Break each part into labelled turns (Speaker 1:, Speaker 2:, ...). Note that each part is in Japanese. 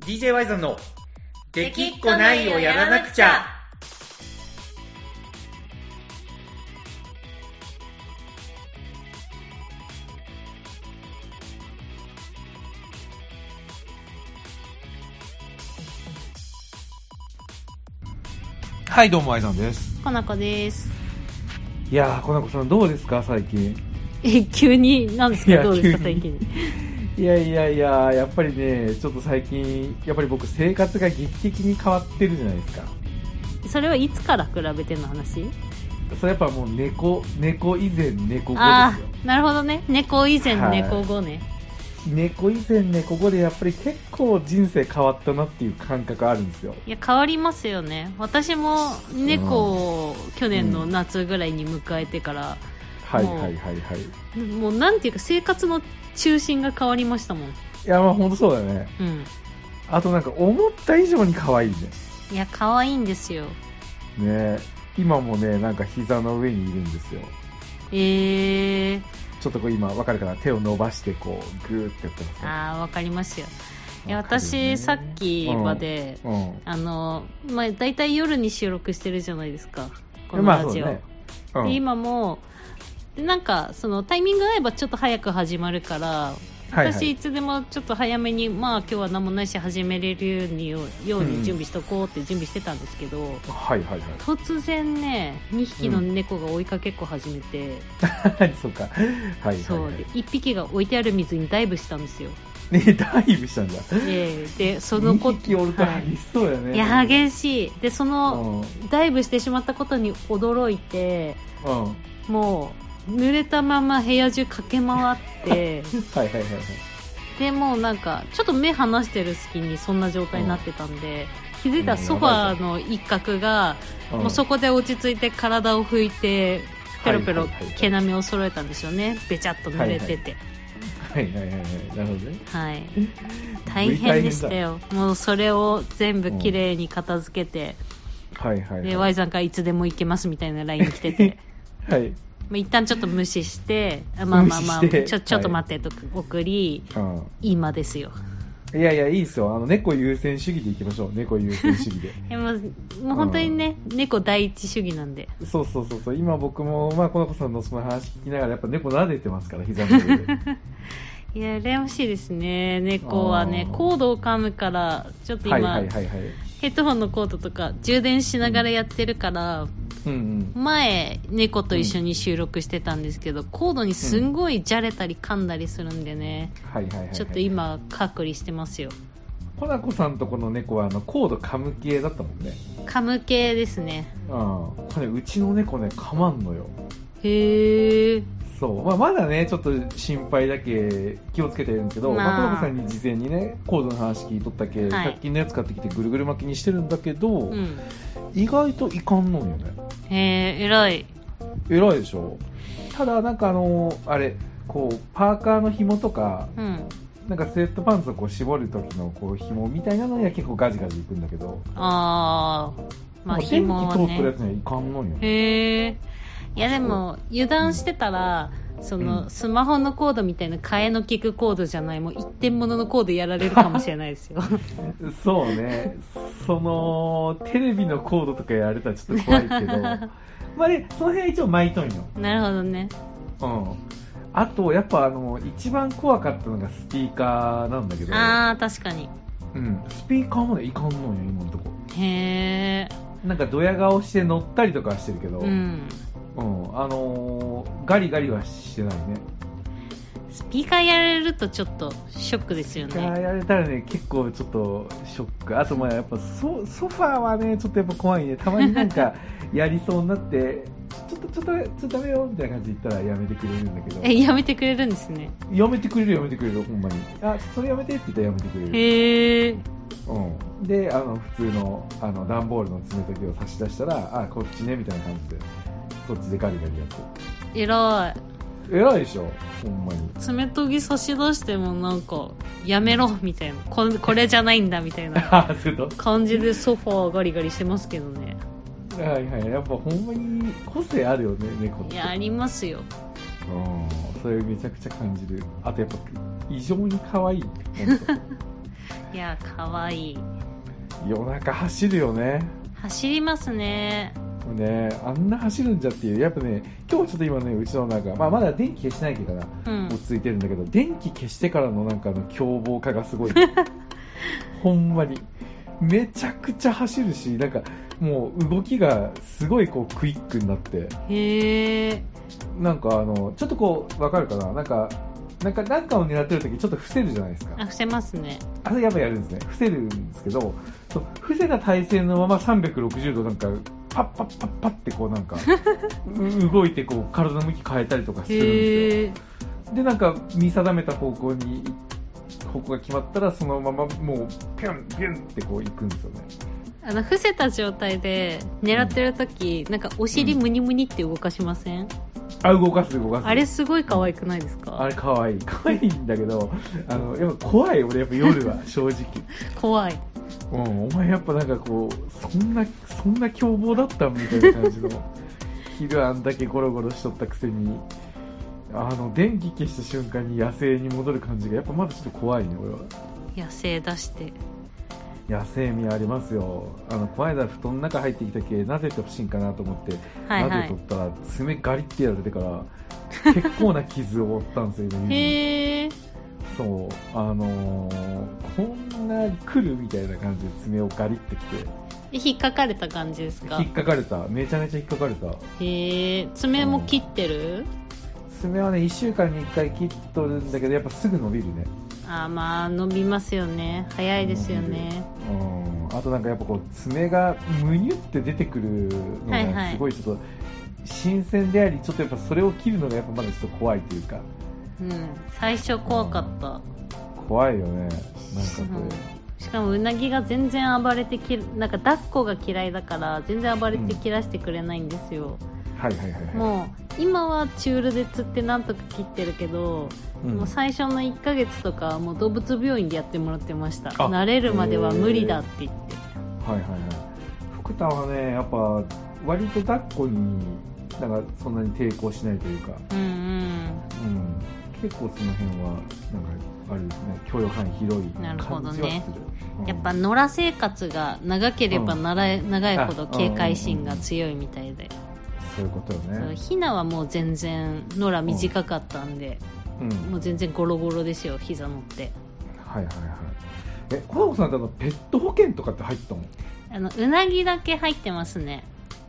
Speaker 1: DJ ワイザンの「できっこないをやらなくちゃ」
Speaker 2: はい、どうも、アイザンです。
Speaker 3: かなかです。
Speaker 2: いやー、コナコさん、どうですか、最近。
Speaker 3: え、急に、なんです
Speaker 2: い
Speaker 3: か
Speaker 2: や
Speaker 3: どうですか
Speaker 2: 急に
Speaker 3: 最近。
Speaker 2: いやいやいや、やっぱりね、ちょっと最近、やっぱり僕、生活が劇的に変わってるじゃないですか。
Speaker 3: それはいつから比べての話
Speaker 2: それやっぱもう、猫、猫以前、猫後
Speaker 3: あ
Speaker 2: ですよ。
Speaker 3: あ、なるほどね。猫以前、
Speaker 2: はい
Speaker 3: 猫後ね。
Speaker 2: 猫以前、猫後で、やっぱり結構人生変わったなっていう感覚あるんですよ。
Speaker 3: いや、変わりますよね。私も猫を去年の夏ぐらいに迎えてから、
Speaker 2: はい
Speaker 3: もう
Speaker 2: はいはいはい。い
Speaker 3: もうなんていうか生活の中心が変わりましたもん。
Speaker 2: や、まあ、ほんとそうだよね。
Speaker 3: うん。
Speaker 2: あとなんか、思った以上に可愛いね。
Speaker 3: いや、可愛いんですよ。
Speaker 2: ね今もね、なんか膝の上にいるんですよ。
Speaker 3: えー、
Speaker 2: ちょっとこう今わかるかな手を伸ばしてこうグーってやってますね
Speaker 3: ああ、わかりますよ。いや、
Speaker 2: わかるよね
Speaker 3: 私、さっきまで、
Speaker 2: うん
Speaker 3: あの、まあ、大体夜に収録してるじゃないですか。この
Speaker 2: まあ
Speaker 3: ラ
Speaker 2: そう
Speaker 3: ジオ。
Speaker 2: ねうん
Speaker 3: で今もでなんかそのタイミング合えばちょっと早く始まるから
Speaker 2: はいはい
Speaker 3: 私、いつでもちょっと早めに、まあ、今日は何もないし始めれるようによう
Speaker 2: うんう
Speaker 3: に
Speaker 2: ん
Speaker 3: 準備しとこうって準備してたんですけど、
Speaker 2: はい はい
Speaker 3: 突然ね2匹の猫が追いかけっこ始めて、
Speaker 2: はいそうかはいはい
Speaker 3: そう
Speaker 2: は
Speaker 3: で1匹が置いてある水にダイブしたんですよ、
Speaker 2: いねダイブしたんだ
Speaker 3: ででその子
Speaker 2: 2匹おると
Speaker 3: はい
Speaker 2: 激しそうだよね
Speaker 3: いや激しいでその
Speaker 2: うん
Speaker 3: ダイブしてしまったことに驚いて
Speaker 2: うんはい
Speaker 3: もう濡れたまま部屋中駆け回 って。
Speaker 2: はいはいはい
Speaker 3: でもうなんかちょっと目離してる隙にそんな状態になってたんで、気づいたらソファーの一角が、
Speaker 2: うん
Speaker 3: もうそこで落ち着いて体を拭いてペロペロ
Speaker 2: はいはいはいはい
Speaker 3: 毛並みを揃えたんですよねべちゃっと濡れてて
Speaker 2: はいはいはいはいなるほどね
Speaker 3: はい、大変でしたよもうそれを全部綺麗に片付けて、
Speaker 2: はいはい
Speaker 3: で
Speaker 2: は
Speaker 3: Y
Speaker 2: い
Speaker 3: さんからいつでも行けますみたいな LINE 来てて
Speaker 2: はい
Speaker 3: まあ一旦ちょっと無視してあまあまあまあ
Speaker 2: 無視して
Speaker 3: ちょちょっと待ってと送り、
Speaker 2: うん
Speaker 3: 今ですよ
Speaker 2: いやいやいいっすよあの猫優先主義でいきましょう猫優先主 義で
Speaker 3: でももう本当にね、猫第一主義なんで
Speaker 2: そうそうそうそう今僕もまあこの子さんのその話聞きながらやっぱ猫撫でてますから膝の上 で
Speaker 3: いや羨ましいですね猫はね
Speaker 2: あー
Speaker 3: コードを噛むからちょっと今、
Speaker 2: はいはいはいはい
Speaker 3: ヘッドホンのコードとか充電しながらやってるから、
Speaker 2: うんうん
Speaker 3: 前猫と一緒に収録してたんですけど、コードにすんごいじゃれたり噛んだりするんでね、
Speaker 2: はいはいはい、はい、
Speaker 3: ちょっと今隔離してますよ
Speaker 2: コナコさんとこの猫はあのコード噛む系だったもんね
Speaker 3: 噛む系ですね
Speaker 2: うんこれうちの猫ね噛まんのよ
Speaker 3: へえ
Speaker 2: そう、まあ、まだねちょっと心配だけ気をつけてるんですけど、ま
Speaker 3: まあ
Speaker 2: あ、コナコさんに事前にねコードの話聞いとったけ、
Speaker 3: はい
Speaker 2: 100均のやつ買ってきてぐるぐる巻きにしてるんだけど、
Speaker 3: うん
Speaker 2: 意外といかんのんよね
Speaker 3: へえ偉い
Speaker 2: 偉いでしょただなんかあのあれこうパーカーの紐とか
Speaker 3: うん
Speaker 2: なんかスウェットパンツをこう絞る時のこう紐みたいなのには結構ガジガジいくんだけど、
Speaker 3: あーま
Speaker 2: も
Speaker 3: あ
Speaker 2: う電気
Speaker 3: 紐は
Speaker 2: 通っ
Speaker 3: ね
Speaker 2: てるやつにはいかんのんよね
Speaker 3: へえいやでも油断してたらその、
Speaker 2: うん
Speaker 3: スマホのコードみたいな替えの利くコードじゃないもう一点物のコードやられるかもしれないで すよ
Speaker 2: そうね、そのテレビのコードとかやられたらちょっと怖いけど、まあね、その辺は一応巻いとんよ。
Speaker 3: なるほどね
Speaker 2: うん。あと、やっぱあの、一番怖かったのがスピーカーなんだけど、
Speaker 3: あー確かに
Speaker 2: うん、スピーカーもね、いかんのよ、今のとこ。
Speaker 3: へえ
Speaker 2: なんかドヤ顔して乗ったりとかはしてるけど、う、
Speaker 3: うんん
Speaker 2: あのーガリガリはしてないね。
Speaker 3: スピーカーやられるとちょっとショックですよ
Speaker 2: スピーカー
Speaker 3: ね
Speaker 2: やれたらね、結構ちょっとショック。あとまあやっぱソソファーはね、ちょっとやっぱ怖いね。たまになんかやりそうになって、ちょちょっとちょっと、ちょっとダメよみたいな感じで言ったらやめてくれるんだけど。
Speaker 3: えやめてくれるんですね
Speaker 2: やめてくれるやめてくれる、ほんまに。あ、それやめてって言ったらやめてくれる。
Speaker 3: へえ
Speaker 2: うん。で、あの、普通の、あの、段ボールの爪先を差し出したら、あ、こっちね、みたいな感じで、そっちでガリガリやって
Speaker 3: 偉い
Speaker 2: る。偉いでしょ、ほんまに。
Speaker 3: 爪研ぎ差し出してもなんかやめろみたいなここれじゃないんだみた いな
Speaker 2: あ、すると。
Speaker 3: 感じでソファーガリガリしてますけどね
Speaker 2: はいはい。やっぱほんまに個性あるよね、猫って。
Speaker 3: いやありますよ
Speaker 2: うんそれめちゃくちゃ感じるあとやっぱ異常に可愛い本
Speaker 3: いやかわいい
Speaker 2: 夜中走るよね
Speaker 3: 走りますね
Speaker 2: もうねあんな走るんじゃっていうやっぱね今日ちょっと今ねうちのなんか、まあ、まだ電気消してないけどな
Speaker 3: うん
Speaker 2: 落ち着いてるんだけど電気消してからのなんかあの凶暴化がすご いほんまにめちゃくちゃ走るしなんかもう動きがすごいこうクイックになって
Speaker 3: へえ
Speaker 2: なんかあのちょっとこうわかるかななんかなんかなんかを狙ってる時ちょっと伏せるじゃないですか
Speaker 3: あ伏せますね
Speaker 2: あれやっぱやるんですね伏せるんですけどそう伏せた体勢のまま360度なんかパッパッパッパッってこうなん かう動いてこう体の向き変えたりとかするんですよ
Speaker 3: へえ
Speaker 2: でなんか見定めた方向に方向が決まったらそのままもうピュンピュンってこう行くんですよね
Speaker 3: あの伏せた状態で狙ってる時、なんかお尻ムニムニって動かしません、
Speaker 2: あ動かす動かす
Speaker 3: あれすごい可愛くないですか
Speaker 2: あれかわいいかわいいんだけどあのやっぱ怖い俺やっぱ夜は正直
Speaker 3: 怖い
Speaker 2: うんお前やっぱなんかこうそんなそんな凶暴だったみたいな 感じの昼あんだけゴロゴロしとったくせにあの電気消した瞬間に野生に戻る感じがやっぱまだちょっと怖いね俺は
Speaker 3: 野生出して
Speaker 2: 野生味ありますよあのこの間布団の中入ってきたけなでてほしいんかなと思って
Speaker 3: はいは
Speaker 2: 鍋取
Speaker 3: い
Speaker 2: ったら爪ガリってやられてから結構な傷を負ったんですよ今指に
Speaker 3: へえ
Speaker 2: そうあのーこんな来るみたいな感じで爪をガリってきて
Speaker 3: 引っかかれた感じですか
Speaker 2: 引っかかれためちゃめちゃ引っかかれた
Speaker 3: へえ爪も切ってる
Speaker 2: 爪はね1週間に1回切っとるんだけどやっぱすぐ伸びるね
Speaker 3: あーまあ伸びますよね早いですよね
Speaker 2: うんあとなんかやっぱこう爪がむにゅって出てくるの
Speaker 3: はいは
Speaker 2: が
Speaker 3: い
Speaker 2: すごいちょっと新鮮でありちょっとやっぱそれを切るのがやっぱまだちょっと怖いというか
Speaker 3: うん最初怖かった
Speaker 2: 怖いよねなんかこう
Speaker 3: しかもうなぎが全然暴れてきなんか抱っこが嫌いだから全然暴れて切らしてくれないんですよ、
Speaker 2: はいはいはいはい
Speaker 3: もう今はチュールで釣ってなんとか切ってるけど、
Speaker 2: うん
Speaker 3: もう最初の1ヶ月とかはもう動物病院でやってもらってました
Speaker 2: あ
Speaker 3: 慣れるまでは無理だって言って
Speaker 2: はいはいはい福田はねやっぱ割と抱っこになんかそんなに抵抗しないというか、
Speaker 3: うんうん
Speaker 2: うん、結構その辺はなんかあれですね許容範囲広い感
Speaker 3: な
Speaker 2: じ
Speaker 3: るほど
Speaker 2: はする
Speaker 3: ね
Speaker 2: うん
Speaker 3: やっぱ野良生活が長ければなら、長いほど警戒心が強いみたいで、
Speaker 2: そういうことよ
Speaker 3: そう
Speaker 2: ね
Speaker 3: ヒナはもう全然野良短かったんで、
Speaker 2: うん
Speaker 3: もう全然ゴロゴロですよ膝乗って
Speaker 2: はいはいはいえコナコさんってあのペット保険とかって入ったの
Speaker 3: あのうなぎだけ入ってますね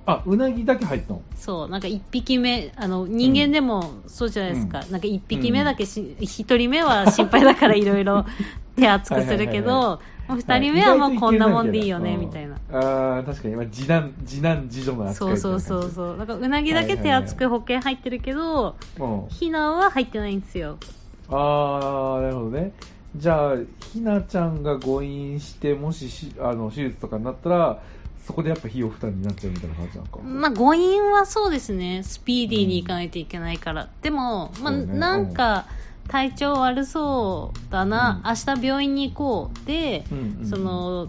Speaker 2: あうなぎだけ入ったの
Speaker 3: そうなんか1匹目あの人間でもそうじゃないですか、なんか1匹目だけし、1人目は心配だからいろい ろ手厚くする
Speaker 2: は
Speaker 3: け
Speaker 2: い
Speaker 3: どもう2人目はもうこんなもんでいいよね
Speaker 2: 意
Speaker 3: み
Speaker 2: 外と
Speaker 3: たいな
Speaker 2: けるうんあー確かに今次男次男次女の扱いう
Speaker 3: そ
Speaker 2: みたい
Speaker 3: そう
Speaker 2: な
Speaker 3: そ
Speaker 2: 感
Speaker 3: う
Speaker 2: じ
Speaker 3: そうだからうなぎだけ手厚く保険入ってるけど、
Speaker 2: うん
Speaker 3: ヒナは入ってないんですよ
Speaker 2: ああなるほどねじゃあひなちゃんが誤飲してもししあの手術とかになったらそこでやっぱ費用負担になっちゃうみたいな感じなのか、
Speaker 3: まあ誤飲はそうですねスピーディーに行かないといけないから、でも、まあ、
Speaker 2: そうね
Speaker 3: なんか体調悪そうだな、
Speaker 2: うん
Speaker 3: 明日病院に行こうで、
Speaker 2: うんうん
Speaker 3: その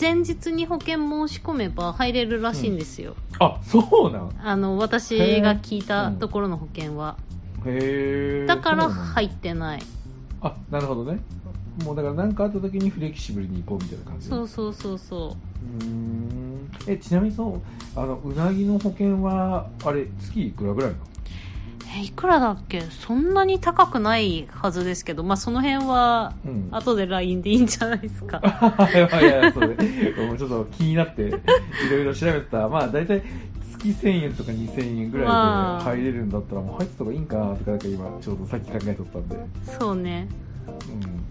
Speaker 3: 前日に保険申し込めば入れるらしいんですよ、
Speaker 2: あそうなん
Speaker 3: あの私が聞いたところの保険は、
Speaker 2: へえ
Speaker 3: だから
Speaker 2: はい
Speaker 3: 入ってない
Speaker 2: あなるほどねもうだから何かあった時にフレキシブルに行こうみたいな感じ
Speaker 3: そうそうそうそ
Speaker 2: う
Speaker 3: う
Speaker 2: ーんえちなみにそうあのうなぎの保険はあれ月いくらぐらいなの
Speaker 3: えいくらだっけそんなに高くないはずですけどまあその辺は
Speaker 2: うん
Speaker 3: 後で LINE でいいんじゃないですか
Speaker 2: はい はいはいや、そうね。もうちょっと気になって、いろいろ調べた。まあ、大体、月1000円とか2000円ぐらい
Speaker 3: まあ
Speaker 2: で入れるんだったら、もう入ってた方がいいんかなとか、なんか今、ちょうどさっき考えとったんで。
Speaker 3: そうね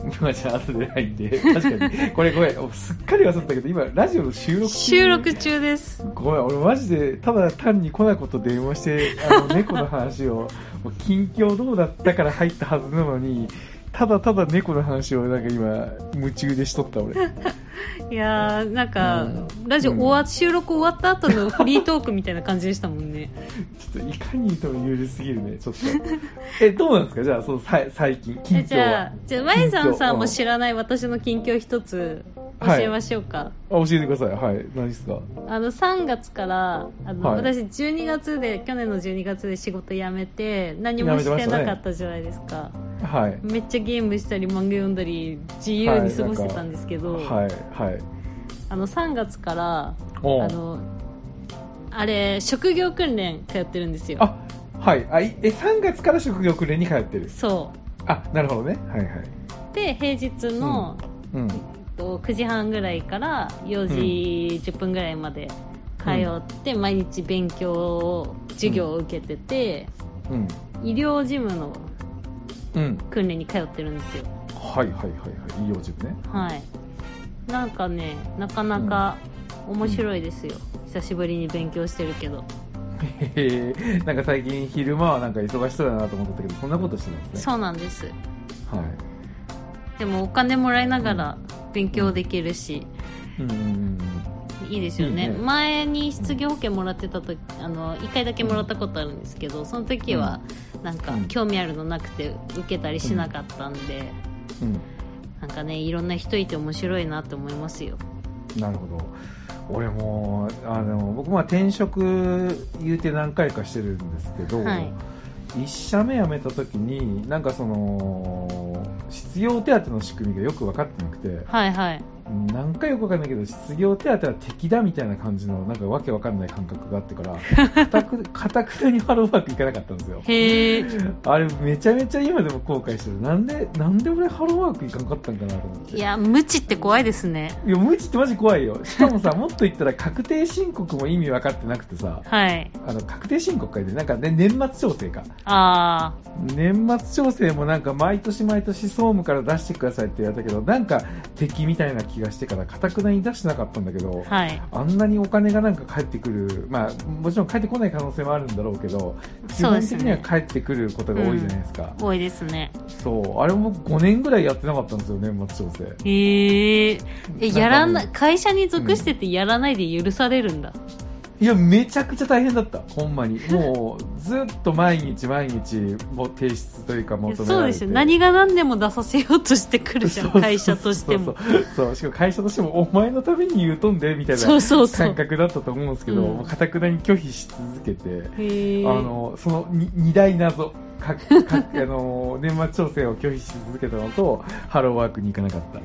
Speaker 2: うん。まあ、じゃあ、後で入って。確かに。これごめん。すっかり忘れてたけど、今、ラジオの収録中
Speaker 3: 収録中です
Speaker 2: ごめん、俺マジで、ただ単にコナコと電話して、あの、猫の話を、 もう近況どうだったから入ったはずなのに、ただただ猫の話をなんか今、夢中でしとった 俺。
Speaker 3: いやーなんか、
Speaker 2: うん
Speaker 3: ラジオ
Speaker 2: うん
Speaker 3: 終わ、収録終わった後のフリートークみたいな感じでしたもんね
Speaker 2: ちょっといかにとも緩すぎるね、ちょっと。え、どうなんですかじゃあ、そのさい最近、近
Speaker 3: え
Speaker 2: 況
Speaker 3: じゃあ
Speaker 2: は。
Speaker 3: じゃあワイザンさん
Speaker 2: 近況う
Speaker 3: も
Speaker 2: ん
Speaker 3: 知らない私の近況一つ教えましょうか、
Speaker 2: あ、教えてください。はい。何ですか
Speaker 3: あの3月からあの、
Speaker 2: はい
Speaker 3: 私12月で去年の12月で仕事辞めて何もしてなかったじゃないですか、
Speaker 2: はい。
Speaker 3: めっちゃゲームしたり漫画読んだり自由に過ごしてたんですけど、
Speaker 2: はい。はい。
Speaker 3: あの3月から
Speaker 2: おう
Speaker 3: あのあれ職業訓練通ってるんですよ
Speaker 2: あ、はい。あ、いえ、3月から職業訓練に通ってる。
Speaker 3: そ
Speaker 2: あ、なるほどね。はいはい。
Speaker 3: うで平日の、
Speaker 2: うん。
Speaker 3: と9時半ぐらいから4時10分ぐらいまで通って、毎日勉強を授業を受けてて、
Speaker 2: うん。
Speaker 3: 医療事務の
Speaker 2: うん。
Speaker 3: 訓練に通ってるんですよ
Speaker 2: はいはいはいはい。いいおじね。
Speaker 3: はいなんかねなかなか面白いですよ、久しぶりに勉強してるけど、
Speaker 2: へえ。なんか最近昼間はなんか忙しそうだなと思ってたけど、そんなことしてないですね。
Speaker 3: そうなんです
Speaker 2: はい。
Speaker 3: でもお金もらいながら勉強できるし、
Speaker 2: うんうんうんうん。
Speaker 3: いいですよ
Speaker 2: い
Speaker 3: ね
Speaker 2: いね
Speaker 3: 前に失業保険もらってた時あの1回だけもらったことあるんですけどその時はなんか
Speaker 2: うん
Speaker 3: 興味あるのなくて受けたりしなかったんで、
Speaker 2: うん。
Speaker 3: なんかねいろんな人いて面白いなと思いますよ
Speaker 2: なるほど。俺も、あの、僕まあ転職言うて何回かしてるんですけど、
Speaker 3: はい
Speaker 2: 一社目辞めた時に、なんかその、失業手当の仕組みがよく分かってなくて、
Speaker 3: はいはい
Speaker 2: なんかよくわかんないけど、失業手当は敵だみたいな感じの、なんかわけわかんない感覚があってから、かたく、 かたくなにハローワーク行かなかったんですよ。
Speaker 3: へえ
Speaker 2: あれめちゃめちゃ今でも後悔してる。なんで、なんで俺ハローワーク行かなかったんかなと思って。
Speaker 3: いや無知って怖いですね
Speaker 2: いや、無知ってマジ怖いよ。しかもさ、もっと言ったら確定申告も意味分かってなくてさ、
Speaker 3: はい
Speaker 2: あの、確定申告かいて、なんかね、年末調整か。
Speaker 3: ああ
Speaker 2: 年末調整もなんか毎年毎年総務から出してくださいって言われたけど、なんか敵みたいな気がしてから、かたくなに出してなかったんだけど、
Speaker 3: はい
Speaker 2: あんなにお金がなんか返ってくる、まあ、もちろん返ってこない可能性もあるんだろうけど、基
Speaker 3: そう
Speaker 2: 本
Speaker 3: です
Speaker 2: 的
Speaker 3: ね
Speaker 2: には返ってくることが多いじゃないですか。
Speaker 3: 多いですね
Speaker 2: そう。あれも5年ぐらいやってなかったんですよ、年末調整。
Speaker 3: へええやら
Speaker 2: なか
Speaker 3: なん
Speaker 2: もう
Speaker 3: 会社に属しててやらないで許されるんだ、
Speaker 2: いや、めちゃくちゃ大変だった。ほんまに。もう、ずっと毎日毎日、もう提出というか求められて
Speaker 3: そうですよ何が何でも出させようとしてくるじゃ
Speaker 2: そ
Speaker 3: ん
Speaker 2: うそうそう
Speaker 3: 会社としても
Speaker 2: そうそうそうしかも会社としても、お前のために言うとんで、みたい
Speaker 3: そ
Speaker 2: な
Speaker 3: うそうそう
Speaker 2: 感覚だったと思うんですけど、
Speaker 3: うん
Speaker 2: もうかたくなに拒否し続けて、
Speaker 3: へえ
Speaker 2: あの、そのに二大謎。か かあの年末調整を拒否し続けたのとハローワークに行かなかった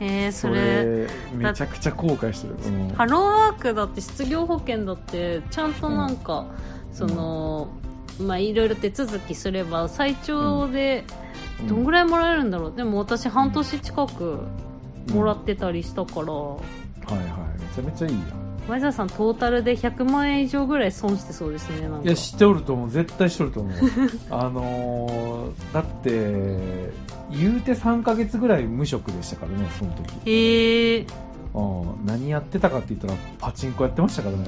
Speaker 3: えー、そ
Speaker 2: そ
Speaker 3: れ
Speaker 2: れめちゃくちゃ後悔してる、うん
Speaker 3: ハローワークだって失業保険だってちゃんとなんか、そのまあいろいろ手続きすれば最長でどんぐらいもらえるんだろう、でも私半年近くもらってたりしたか
Speaker 2: う
Speaker 3: ら、
Speaker 2: んはいはいめちゃめちゃいいやん
Speaker 3: 前澤さんトータルで100万円以上ぐらい損してそうですねなん
Speaker 2: い
Speaker 3: か
Speaker 2: や知っておると思う絶対知っておると 思うあのーだって言うて3ヶ月ぐらい無職でしたからねその時
Speaker 3: へえ
Speaker 2: うん何やってたかって言ったらパチンコやってましたから ね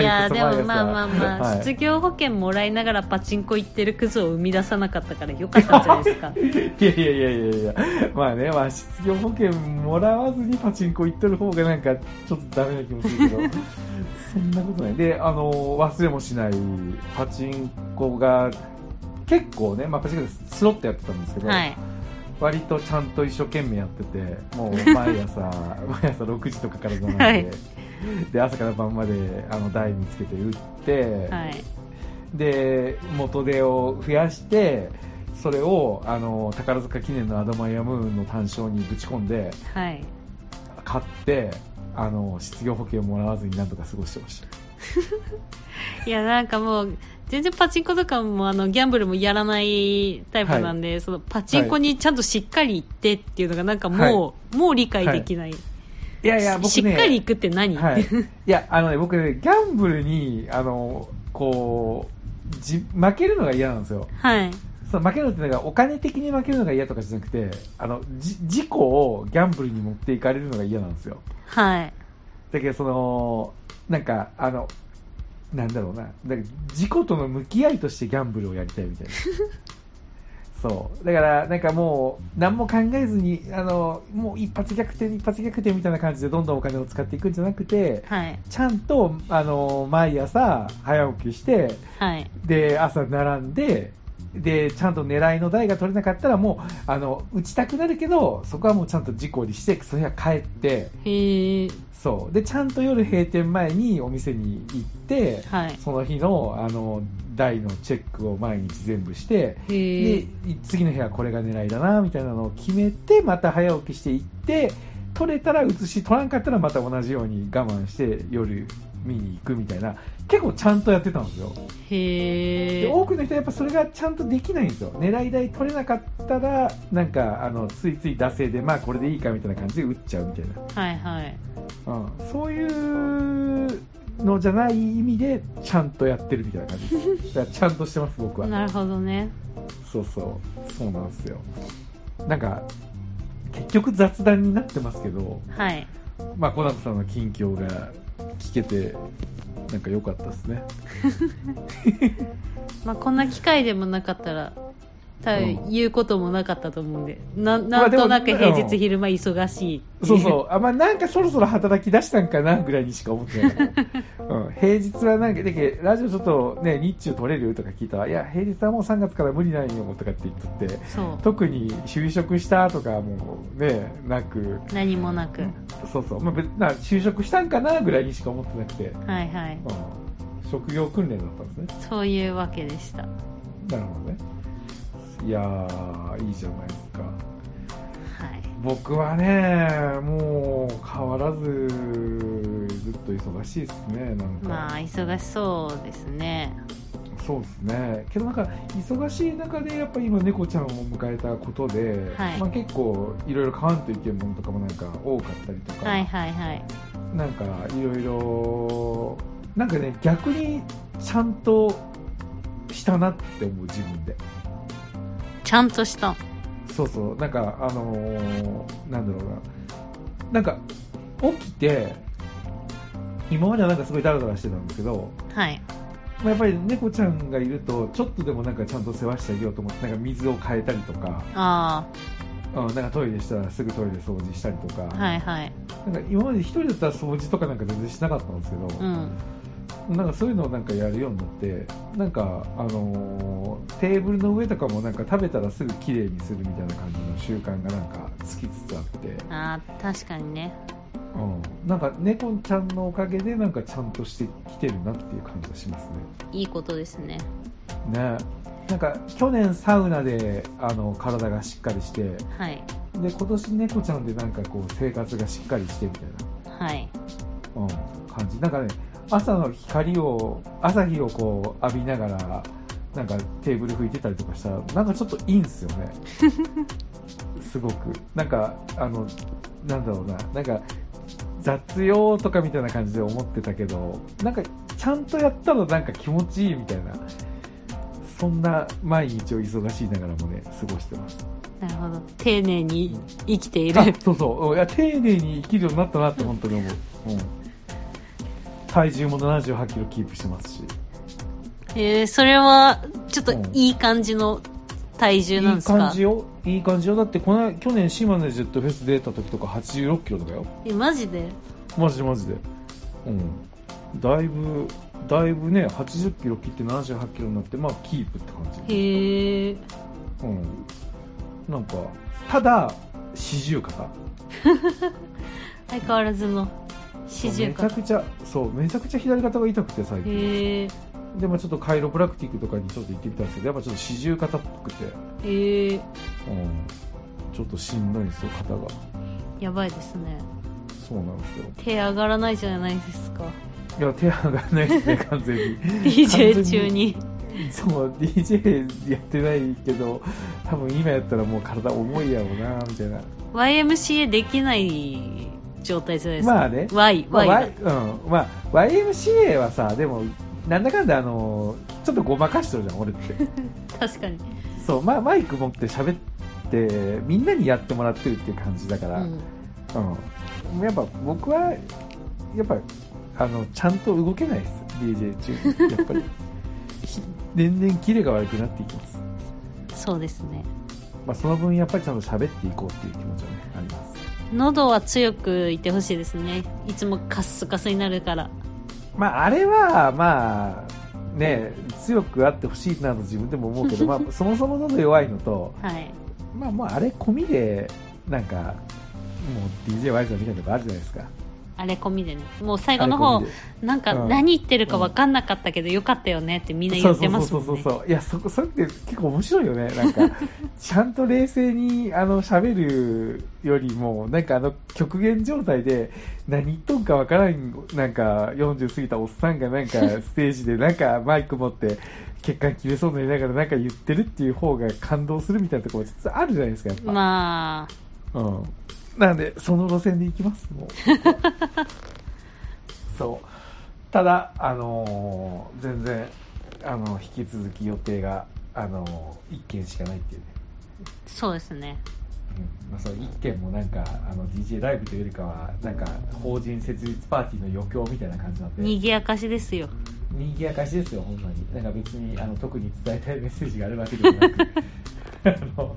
Speaker 3: いやで
Speaker 2: 毎朝毎
Speaker 3: も
Speaker 2: 朝
Speaker 3: まあまあまあ、
Speaker 2: はい
Speaker 3: 失業保険もらいながらパチンコ行ってるクズを生み出さなかったからよかったんじゃないです か
Speaker 2: いやいやいやいやいやまあねまあ失業保険もらわずにパチンコ行っとる方がなんかちょっとダメな気もするけ どそんなことないであの忘れもしないパチンコが結構ね、まあ、パチンコでスロットやってたんですけど、
Speaker 3: はい
Speaker 2: 割とちゃんと一生懸命やってても う毎朝毎朝6時とかから飲んで、
Speaker 3: はい
Speaker 2: で朝から晩まであの台につけて打って、
Speaker 3: はい
Speaker 2: で元手を増やしてそれをあの宝塚記念のアドマイヤムーンの単勝にぶち込んで
Speaker 3: はい
Speaker 2: 買ってあの失業保険をもらわずになんとか過ごしてました
Speaker 3: いやなんかもう全然パチンコとかもあのギャンブルもやらないタイプなんで、そのパチンコにちゃんとしっかり行ってっていうのがなんかもう、もう理解できない、
Speaker 2: いやいや僕ね
Speaker 3: しっかり行くって 何、
Speaker 2: はい、いやあのね僕ねギャンブルにあのこうじ負けるのが嫌なんですよ
Speaker 3: はい
Speaker 2: その負けるのってなんかお金的に負けるのが嫌とかじゃなくてあのじ事故をギャンブルに持っていかれるのが嫌なんですよ
Speaker 3: はい
Speaker 2: だけどそのなんかあのなんだろうななんか事故との向き合いとしてギャンブルをやりたいみたいなそうだからなんかもう何も考えずにあのもう一発逆転一発逆転みたいな感じでどんどんお金を使っていくんじゃなくて
Speaker 3: はい
Speaker 2: ちゃんとあの毎朝早起きして
Speaker 3: はい
Speaker 2: で朝並んででちゃんと狙いの台が取れなかったらもうあの打ちたくなるけどそこはもうちゃんと事故にしてそれは帰って
Speaker 3: へえ
Speaker 2: そうでちゃんと夜閉店前にお店に行って
Speaker 3: はい
Speaker 2: その日のあの台のチェックを毎日全部して
Speaker 3: へ
Speaker 2: で
Speaker 3: え
Speaker 2: 次の部屋これが狙いだなみたいなのを決めてまた早起きして行って取れたら移し取らんかったらまた同じように我慢して夜見に行くみたいな結構ちゃんとやってたんですよ
Speaker 3: へ
Speaker 2: で
Speaker 3: え
Speaker 2: 多くの人はやっぱそれがちゃんとできないんですよ狙い台取れなかったらなんかあのついつい惰性でまあこれでいいかみたいな感じで打っちゃうみたい
Speaker 3: はいはい
Speaker 2: な、うん、そういうのじゃない意味でちゃんとやってるみたいな感じですだからちゃんとしてます僕は
Speaker 3: なるほどね
Speaker 2: そうそうそうなんですよなんか結局雑談になってますけど、
Speaker 3: はい
Speaker 2: まあ、コナトさんの近況が聞けてなんか良かったですね
Speaker 3: まあこんな機会でもなかったら多分
Speaker 2: うん
Speaker 3: 言うこともなかったと思うんで
Speaker 2: ま
Speaker 3: なな
Speaker 2: あ
Speaker 3: ん
Speaker 2: でも
Speaker 3: となく平
Speaker 2: うん
Speaker 3: 日昼間忙しいってい
Speaker 2: そうそうあまあなんかそろそろ働き出したんかなぐらいにしか思ってない、うん、平日はなんかだけどラジオちょっとね日中取れるとか聞いたらいや平日はもう3月から無理なんよとかって言っとって
Speaker 3: そう
Speaker 2: 特に就職したとかもねなく
Speaker 3: 何もなく、
Speaker 2: そうそう、まあ、別な就職したんかなぐらいにしか思ってなくて
Speaker 3: はいはい
Speaker 2: うん職業訓練だったんですね。
Speaker 3: そういうわけでした
Speaker 2: なるほどね。いやー、いいじゃないですか。
Speaker 3: はい
Speaker 2: 僕はね、もう変わらず、ずっと忙しいですね、なんか。
Speaker 3: まあ忙しそうですね
Speaker 2: そうですね。けどなんか、忙しい中で、やっぱ今、猫ちゃんを迎えたことで、
Speaker 3: はい
Speaker 2: まあ、結構、いろいろ買わんといけんものとかもなんか多かったりとか、
Speaker 3: はいはいはい
Speaker 2: なんか、いろいろ、なんかね、逆にちゃんとしたなって思う、自分で。
Speaker 3: ちゃんとした
Speaker 2: そうそうなんかあのーなんだろうななんか起きて今まではなんかすごいダラダラしてたんですけど、
Speaker 3: はい
Speaker 2: まあ、やっぱり猫ちゃんがいるとちょっとでもなんかちゃんと世話してあげようと思ってなんか水を変えたりとか、
Speaker 3: あ
Speaker 2: うん、なんかトイレしたらすぐトイレ掃除したりとか,、
Speaker 3: あはいはい
Speaker 2: なんか今まで一人だったら掃除とかなんか全然しなかったんですけど
Speaker 3: う、ん
Speaker 2: なんかそういうのをなんかやるようになってなんか、あのーテーブルの上とかもなんか食べたらすぐ綺麗にするみたいな感じの習慣がなんかつきつつあって。
Speaker 3: ああ確かにね
Speaker 2: うん、なんか猫ちゃんのおかげでなんかちゃんとしてきてるなっていう感じがしますね。
Speaker 3: いいことですね
Speaker 2: ねなんか去年サウナであの体がしっかりしてで
Speaker 3: はい
Speaker 2: 今年猫ちゃんでなんかこう生活がしっかりしてみたい
Speaker 3: はい
Speaker 2: な、うん、感じなんかね朝の光を朝日をこう浴びながらなんかテーブル拭いてたりとかしたらなんかちょっといいんですよねすごくなんかあのなんだろうななんか雑用とかみたいな感じで思ってたけどなんかちゃんとやったらなんか気持ちいいみたいなそんな毎日を忙しいながらもね過ごしてます
Speaker 3: なるほど丁寧に生きている
Speaker 2: あそうそううんいや丁寧に生きるようになったなって本当に思う、うん、体重も7 8キロキープしてますし
Speaker 3: えー、それはちょっと
Speaker 2: うん
Speaker 3: いい感じの体重なん
Speaker 2: い
Speaker 3: で
Speaker 2: い
Speaker 3: すか、
Speaker 2: 感じよいい感じよだってこの去年島根ジェットフェス出た時とか8 6キロとかよ
Speaker 3: えマジで
Speaker 2: マジでマジでうんだいぶだいぶね8 0キロ切って7 8キロになってまあキープって感じ
Speaker 3: へえ
Speaker 2: うん、なんかただ四十肩
Speaker 3: 相変わらずの四十
Speaker 2: めちゃ
Speaker 3: 肩
Speaker 2: くちゃそうめちゃくちゃ左肩が痛くて最近
Speaker 3: へえ
Speaker 2: でもちょっとカイロプラクティックとかにちょっと行ってみたんですけどやっぱちょっと四十肩っぽくて、
Speaker 3: へえ
Speaker 2: うん、ちょっとしんどいんですよ肩が
Speaker 3: やばいですね
Speaker 2: そうなんですよ
Speaker 3: 手上がらないじゃないですか
Speaker 2: いや手上がらないですね 完全に
Speaker 3: DJ 中に
Speaker 2: そう DJ やってないけど多分今やったらもう体重いやろうなみたいな
Speaker 3: YMCA できない状態じゃないですか
Speaker 2: まあね
Speaker 3: Y,
Speaker 2: まあ、
Speaker 3: y だ
Speaker 2: y うんまあ、YMCA はさでもなんだかんだあのちょっとごまかしてるじゃん俺って
Speaker 3: 確かに、
Speaker 2: そう、まあ、マイク持って喋ってみんなにやってもらってるっていう感じだから、
Speaker 3: うん、
Speaker 2: うん、やっぱ僕はやっぱあのちゃんと動けないです DJ 中やっぱ りひ年々キレが悪くなっていきます、
Speaker 3: そうですね
Speaker 2: まあ、その分やっぱりちゃんと喋っていこうっていう気持ちはねあります
Speaker 3: 喉は強くいてほしいですねいつもカッスカスになるから
Speaker 2: まああれはまあね、強くあってほしいなと自分でも思 うけど、まあ、そもそも喉弱いのと、
Speaker 3: はい
Speaker 2: まあまあ、あれ込みで、なんか、もう DJY さんみたいなとこあるじゃないですか。
Speaker 3: あれ込みでねもう最
Speaker 2: あ
Speaker 3: 後
Speaker 2: れ
Speaker 3: の
Speaker 2: 込
Speaker 3: 方
Speaker 2: みで
Speaker 3: なんか
Speaker 2: うん
Speaker 3: 何言ってるか分かんなかったけどよかったよねってみんな言ってますもん
Speaker 2: そうそう
Speaker 3: ね
Speaker 2: そうそうそういやそこそれって結構面白いよねなんか ちゃんと冷静にあの喋るよりもなんかあの極限状態で何言っとんかわからんなんか40過ぎたおっさんがなんかステージでなんかマイク持って血管切れそうになりながらなんか言ってるっていう方が感動するみたいなところが実はあるじゃないですかやっぱ、
Speaker 3: まあ
Speaker 2: うんなんでその路線で行きますもうそうただあのー全然あの引き続き予定があの1件しかないっていうね、
Speaker 3: そうですね
Speaker 2: うんまあ、その1件もなんかあの DJ ライブというよりかはなんか法人設立パーティーの余興みたいな感じなんで
Speaker 3: 賑やかしですよ
Speaker 2: にぎやかしですよほんまになんか別にあの特に伝えたいメッセージがあるわけでも なくあの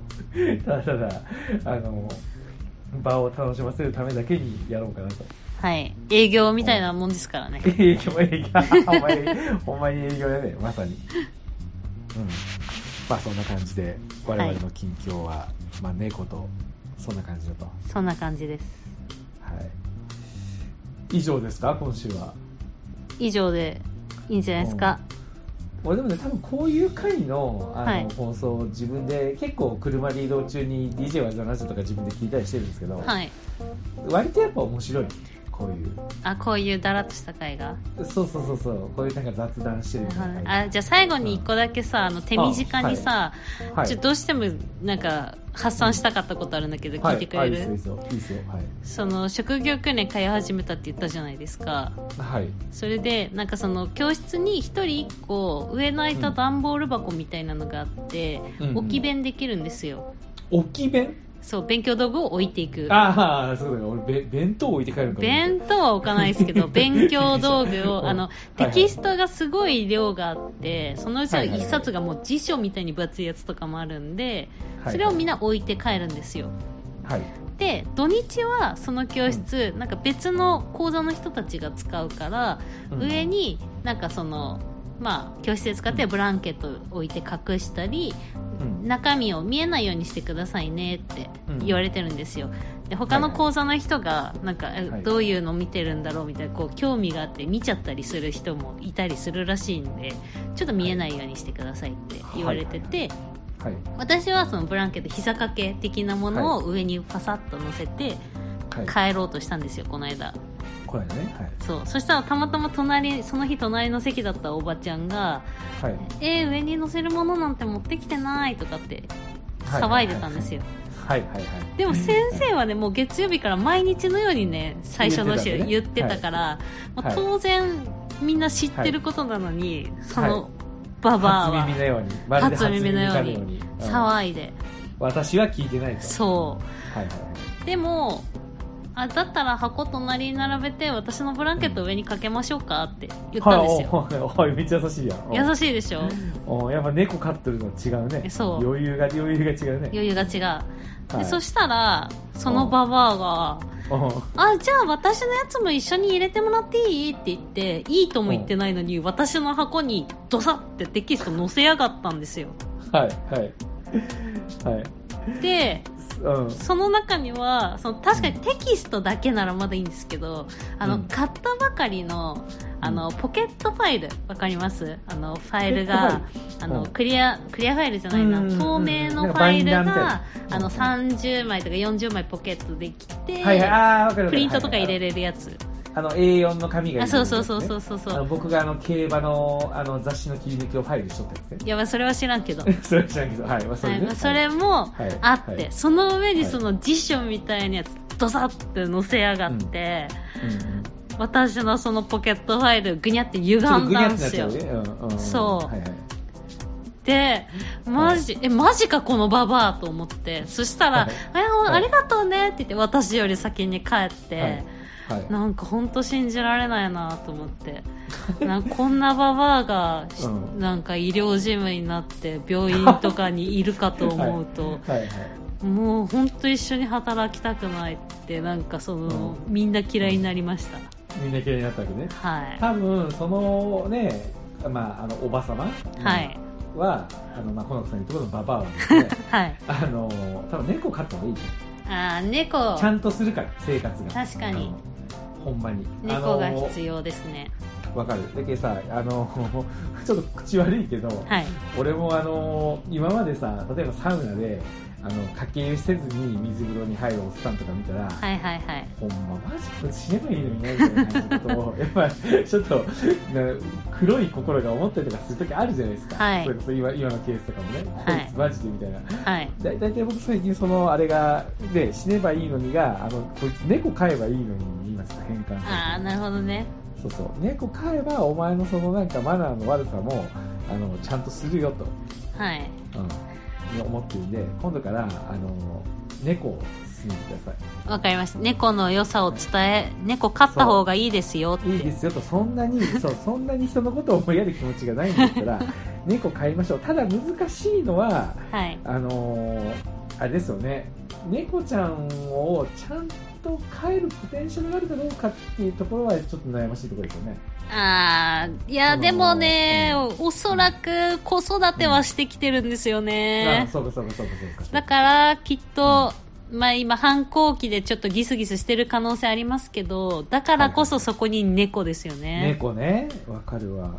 Speaker 2: ただただあの場を楽しませるためだけにやろうかな と
Speaker 3: はい営業みたいなもんですからね
Speaker 2: 営業営業ほんまにほんまに営業やねまさにうんまあそんな感じで我々の近況は、まあ猫とそんな感じだとは
Speaker 3: そんな感じです
Speaker 2: い以上ですか今週は
Speaker 3: 以上でいいんじゃないですか
Speaker 2: 俺でもね多分こういう回のあの、
Speaker 3: はい
Speaker 2: 放送を自分で結構車で移動中に DJ 技の話とか自分で聞いたりしてるんですけど、
Speaker 3: はい
Speaker 2: 割とやっぱ面白いこういう
Speaker 3: あこういうだらっとした回が
Speaker 2: そうそうそうそうこういうなんか雑談してるみたいな
Speaker 3: あじゃあ最後に一個だけさあの手短にさ、
Speaker 2: はい
Speaker 3: ちょっとどうしてもなんか発散したかったことあるんだけど
Speaker 2: は
Speaker 3: 聞いてくれ
Speaker 2: あ
Speaker 3: る、
Speaker 2: いいですよいいですよいいで
Speaker 3: その職業訓練通い始めたって言ったじゃないですか
Speaker 2: すよはいはい
Speaker 3: それでなんかその教室に1人1個上の開いた段ボール箱みたいなのがあって、
Speaker 2: うんうん
Speaker 3: 置き弁できるんですよ
Speaker 2: 置き弁
Speaker 3: そう勉強道具を置いていく
Speaker 2: ああそうだよ俺べ弁当置いて帰るのかと思っ
Speaker 3: 弁当は置かないですけ ど勉強道具
Speaker 2: うん
Speaker 3: をあの
Speaker 2: いは
Speaker 3: テ
Speaker 2: い
Speaker 3: キストがすごい量があってそのうちの
Speaker 2: はいはいはい
Speaker 3: 一冊がもう辞書みたいに分厚いやつとかもあるんで
Speaker 2: た
Speaker 3: それをみんな置いて帰るんですよ
Speaker 2: はい
Speaker 3: で土日はその教室なんか別の講座の人たちが使うから
Speaker 2: うん
Speaker 3: 上になんかそのまあ教室で使ってるブランケットを置いて隠したり
Speaker 2: うん
Speaker 3: 中身を見えないようにしてくださいねって
Speaker 2: うん
Speaker 3: 言われてるんですよで他の講座の人がなんかえ
Speaker 2: はい
Speaker 3: どういうの見てるんだろうみたいなこう興味があって見ちゃったりする人もいたりするらしいんでちょっと見えないようにしてくださいって言われてて
Speaker 2: はい
Speaker 3: 私はそのブランケット膝掛け的なものを上にパサッと乗せて
Speaker 2: はい
Speaker 3: 帰ろうとしたんですよこの間
Speaker 2: これね
Speaker 3: そうそしたらたまたま隣その日隣の席だったおばちゃんが
Speaker 2: はいはい
Speaker 3: 「えー、上に乗せるものなんて持ってきてない」とかって騒いでたんですよ
Speaker 2: はいはいはい
Speaker 3: でも先生はねもう月曜日から毎日のようにね最初の週
Speaker 2: 言
Speaker 3: 言
Speaker 2: っ
Speaker 3: ってて
Speaker 2: たね
Speaker 3: たから、もう
Speaker 2: はい
Speaker 3: 当然みんな知ってることなのに、そ
Speaker 2: は
Speaker 3: のババア
Speaker 2: 初耳の
Speaker 3: は
Speaker 2: ようにまるで
Speaker 3: 初耳のように
Speaker 2: 初耳かのようにうん
Speaker 3: 騒いで、
Speaker 2: 私は聞いてないと
Speaker 3: そう
Speaker 2: はいはいはい
Speaker 3: でもあだったら箱隣に並べて私のブランケット上にかけましょうかって言ったんですよ、
Speaker 2: はいおおおいめっちゃ優しいやん
Speaker 3: 優
Speaker 2: しい
Speaker 3: しいでしょ
Speaker 2: おやっぱ猫飼ってるの違うね
Speaker 3: そう
Speaker 2: 余裕が余裕が違うね
Speaker 3: 余裕が違う、
Speaker 2: はい
Speaker 3: でそしたらそのババアが
Speaker 2: お
Speaker 3: 「あじゃあ私のやつも一緒に入れてもらっていい?」って言っていいとも言ってないのに私の箱にドサッてテキスト載せやがったんですよ
Speaker 2: はいはいはい
Speaker 3: で
Speaker 2: うん
Speaker 3: その中にはその確かにテキストだけならまだいいんですけどあの、
Speaker 2: うん
Speaker 3: 買ったばかりのあのポケットファイルわかりますあのファイル
Speaker 2: ポケッ
Speaker 3: が
Speaker 2: ト
Speaker 3: あ
Speaker 2: うん
Speaker 3: のクリアクリアファイルじゃないな
Speaker 2: うんうんうん
Speaker 3: 透明の
Speaker 2: なん
Speaker 3: ファイル
Speaker 2: かバインダーみたいな
Speaker 3: があ
Speaker 2: うん
Speaker 3: の30枚とか40枚ポケットできて、
Speaker 2: はいはいああわかるわかる
Speaker 3: プリントとか入れ
Speaker 2: る
Speaker 3: れるやつ、
Speaker 2: あの A4 の紙が
Speaker 3: あ
Speaker 2: 入れる
Speaker 3: そう
Speaker 2: やつね
Speaker 3: そうそうそうそうそ
Speaker 2: あの
Speaker 3: う
Speaker 2: 僕があの競馬のあの雑誌の切り抜きをファイルしとったやつね
Speaker 3: やばいそれは知らんけど
Speaker 2: それは知らんけどはいまあそ
Speaker 3: は
Speaker 2: れ
Speaker 3: い
Speaker 2: ね
Speaker 3: まあそれも
Speaker 2: はい
Speaker 3: あって、
Speaker 2: はい
Speaker 3: その上に
Speaker 2: はい
Speaker 3: その辞書みたいなやつドサッて載せやがって、
Speaker 2: うんうん
Speaker 3: 私のそのポケットファイルぐにゃって歪ん
Speaker 2: ちょっとグニ
Speaker 3: だ
Speaker 2: ャ
Speaker 3: ん
Speaker 2: ってなっ
Speaker 3: す
Speaker 2: ちゃ
Speaker 3: よ
Speaker 2: うねうんうん
Speaker 3: そう
Speaker 2: はいはい
Speaker 3: でマジえマジかこのババアと思ってそしたら
Speaker 2: はい
Speaker 3: 「あやありがとうね」って言って私より先に帰って、
Speaker 2: はいはい
Speaker 3: なんか本当信じられないなと思って なんかこんなババアが、し
Speaker 2: うん
Speaker 3: なんか医療事務になって病院とかにいるかと思うと、
Speaker 2: はいはい
Speaker 3: もう本当一緒に働きたくないってなんかその、みんな嫌いになりました、
Speaker 2: みんな嫌いになったわけね
Speaker 3: はい
Speaker 2: 多分そのねまあ、あのおば様
Speaker 3: はい
Speaker 2: は、あのまあ、この子さんに言ってことのババアなんで
Speaker 3: はい
Speaker 2: あの多分猫飼った方がいいね
Speaker 3: あー猫
Speaker 2: ちゃんとするから生活が
Speaker 3: 確かに
Speaker 2: うんほんまに
Speaker 3: 猫が必
Speaker 2: 要
Speaker 3: 要ですね
Speaker 2: わかるだけどさあの ちょっと口悪いけど、
Speaker 3: はい
Speaker 2: 俺もあの今までさ例えばサウナであのかけ湯せずに水風呂に入るおっさんとか見たら、
Speaker 3: はいはいはい
Speaker 2: ほんまマジこれ死ねばいいのになみたいな感じのことをやっぱりちょっとな黒い心が思ったりとかする時あるじゃないですか、
Speaker 3: はい
Speaker 2: それこそ今今のケースとかもね、
Speaker 3: はい
Speaker 2: こいつマジでみたいな
Speaker 3: はい
Speaker 2: だ大体僕最近そのあれがで死ねばいいのにがあのこいつ猫飼えばいいのにに今ちょっと変換
Speaker 3: ああなるほどね
Speaker 2: そうそう猫飼えばお前のそのなんかマナーの悪さもあのちゃんとするよと、
Speaker 3: はい
Speaker 2: うん、思ってるんで今度からあの猫を勧めてくださ
Speaker 3: わかりました猫の良さを伝え猫飼った方がいいですよって
Speaker 2: いいいですよとそんな にそうそんなに人のことを思いやる気持ちがないんだったら猫飼いましょうただ難しいのは
Speaker 3: はい
Speaker 2: あのーあれですよね、猫ちゃんをちゃんと飼えるポテンシャルがあるかどうかっていうところはちょっと悩ましいところですよね。
Speaker 3: あーいや
Speaker 2: その
Speaker 3: でもね
Speaker 2: うん
Speaker 3: おそらく子育てはしてきてるんですよ
Speaker 2: あ
Speaker 3: ね
Speaker 2: そうかそうかそうかそうか。
Speaker 3: だからきっと、まあ今反抗期でちょっとギスギスしてる可能性ありますけどだからこそそこに猫ですよね、
Speaker 2: 猫ね、わかるわ。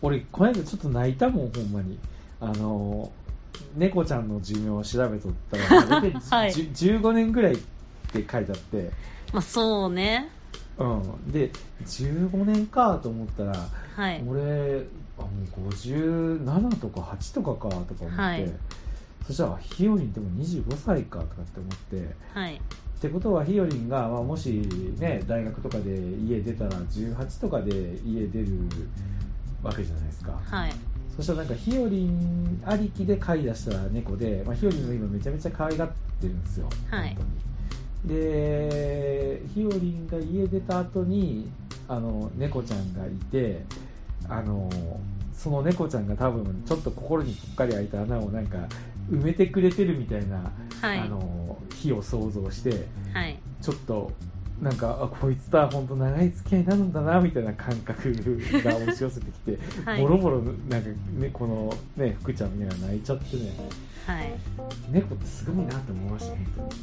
Speaker 2: 俺、この間ちょっと泣いたもん、ほんまに。あのー猫ちゃんの寿命を調べとったら、大体
Speaker 3: はい
Speaker 2: じゅ15年ぐらいって書いてあって、
Speaker 3: まあそうね
Speaker 2: うん。で、15年かと思ったら、
Speaker 3: はい
Speaker 2: 俺あもう57とか8とかかとか思って、
Speaker 3: はい
Speaker 2: そしたらひよりんでも25歳かとかって思って
Speaker 3: はい
Speaker 2: ってことはひよりんが、まあ、もしね大学とかで家出たら18とかで家出るわけじゃないですか
Speaker 3: はい
Speaker 2: そしたらなんかひよりんありきで飼い出した猫で、まあ、ひよりんが今めちゃめちゃ可愛がってるんですよ、
Speaker 3: はい
Speaker 2: 本当にでひよりんが家出た後にあの猫ちゃんがいてあのその猫ちゃんが多分ちょっと心にぽっかり開いた穴をなんか埋めてくれてるみたいな、
Speaker 3: はい
Speaker 2: あの日を想像して
Speaker 3: はい
Speaker 2: ちょっとなんかあこいつとは本当長い付き合いになるんだなみたいな感覚が押し寄せてきて
Speaker 3: はい
Speaker 2: ボロボロなんかねこのね福ちゃんみたいな泣いちゃってね
Speaker 3: はい
Speaker 2: 猫ってすごいなって思いました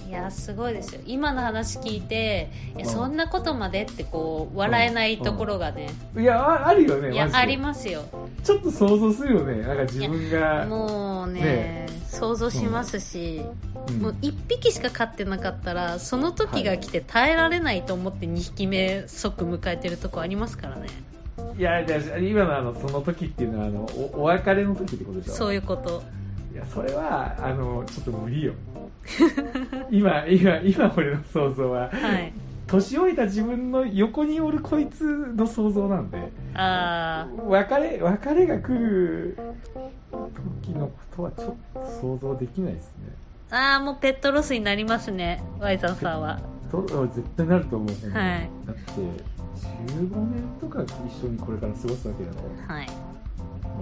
Speaker 2: 本
Speaker 3: いやすごいですよ今の話聞いていや
Speaker 2: うん
Speaker 3: そんなことまでってこう笑えないところがね、
Speaker 2: 当にいやああるよね
Speaker 3: いや
Speaker 2: マジで
Speaker 3: ありますよ
Speaker 2: ちょっと想像するよねなんか自分が
Speaker 3: もうね
Speaker 2: ね
Speaker 3: 想像しますし、
Speaker 2: うん
Speaker 3: もう1匹しか飼ってなかったらその時が来て耐えられないと思って2匹目即迎えてるとこありますからね
Speaker 2: いやいや今のあのその時っていうのはあのおお別れの時ってことでしょ
Speaker 3: そういうこと
Speaker 2: いやそれはあのちょっと無理 よ今今今俺の想像は
Speaker 3: はい
Speaker 2: 年老いた自分の横におるこいつの想像なんで
Speaker 3: あ
Speaker 2: 別れ別れが来る時のことはちょっと想像できないですね
Speaker 3: ーあーもうペットロスになりますねワイザンさんは
Speaker 2: と絶対なると思う、
Speaker 3: はい
Speaker 2: だって15年とか一緒にこれから過ごすわけだろ、
Speaker 3: はい
Speaker 2: ま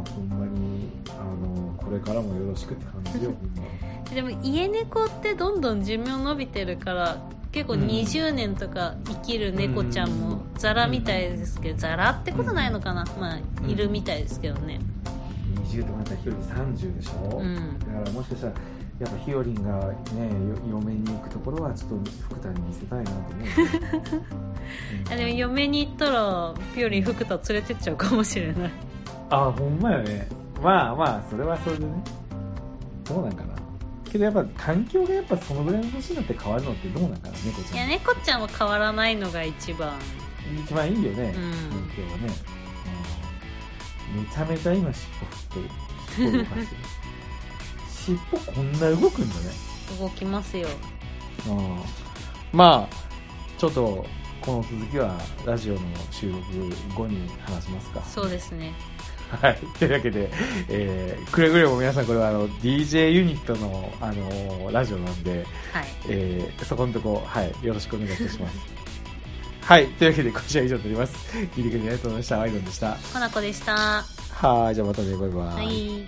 Speaker 2: あ、ほんまにあのこれからもよろしくって感じよほんま
Speaker 3: でも家猫ってどんどん寿命伸びてるから結構
Speaker 2: うん
Speaker 3: 20年とか生きる猫ちゃん
Speaker 2: う
Speaker 3: も
Speaker 2: ん
Speaker 3: ザラみたいですけどザラってことないのかなまあ
Speaker 2: ん
Speaker 3: いるみたいですけどね
Speaker 2: 20とかなったらひよりん30でしょ、
Speaker 3: うん
Speaker 2: だからもしかしたらやっぱひよりんがねよ嫁に行くところはちょっと福田に見せたいなと思 う
Speaker 3: あでも嫁に行ったらピオリン福田連れてっちゃうかもしれない
Speaker 2: あほんまよねまあまあそれはそれでねどうなんかなけどやっぱ環境がやっぱそのぐらいの年になって変わるのってどうなんかな猫
Speaker 3: い
Speaker 2: ちゃ
Speaker 3: や
Speaker 2: ん、
Speaker 3: 猫ちゃんは変わらないのが一番
Speaker 2: 一番いいよね、
Speaker 3: うん
Speaker 2: 環境はね、うんめちゃめちゃ今尻尾振ってる尻尾動かしてる尻尾こんな動くんだね
Speaker 3: 動きますよ
Speaker 2: うんまあちょっとこの続きはラジオの収録後に話しますか
Speaker 3: そうですね
Speaker 2: はい、というわけで、えーくれぐれも皆さんこれはあの DJ ユニットの、あのーラジオなんで、
Speaker 3: はい
Speaker 2: えーそこのとこ、はい、よろしくお願いいたし ますはいというわけで今週は以上になります聞いてくれてありがとうございましたワイドンでした
Speaker 3: コナコでしたは
Speaker 2: はいじゃあまたねバイバイ、
Speaker 3: い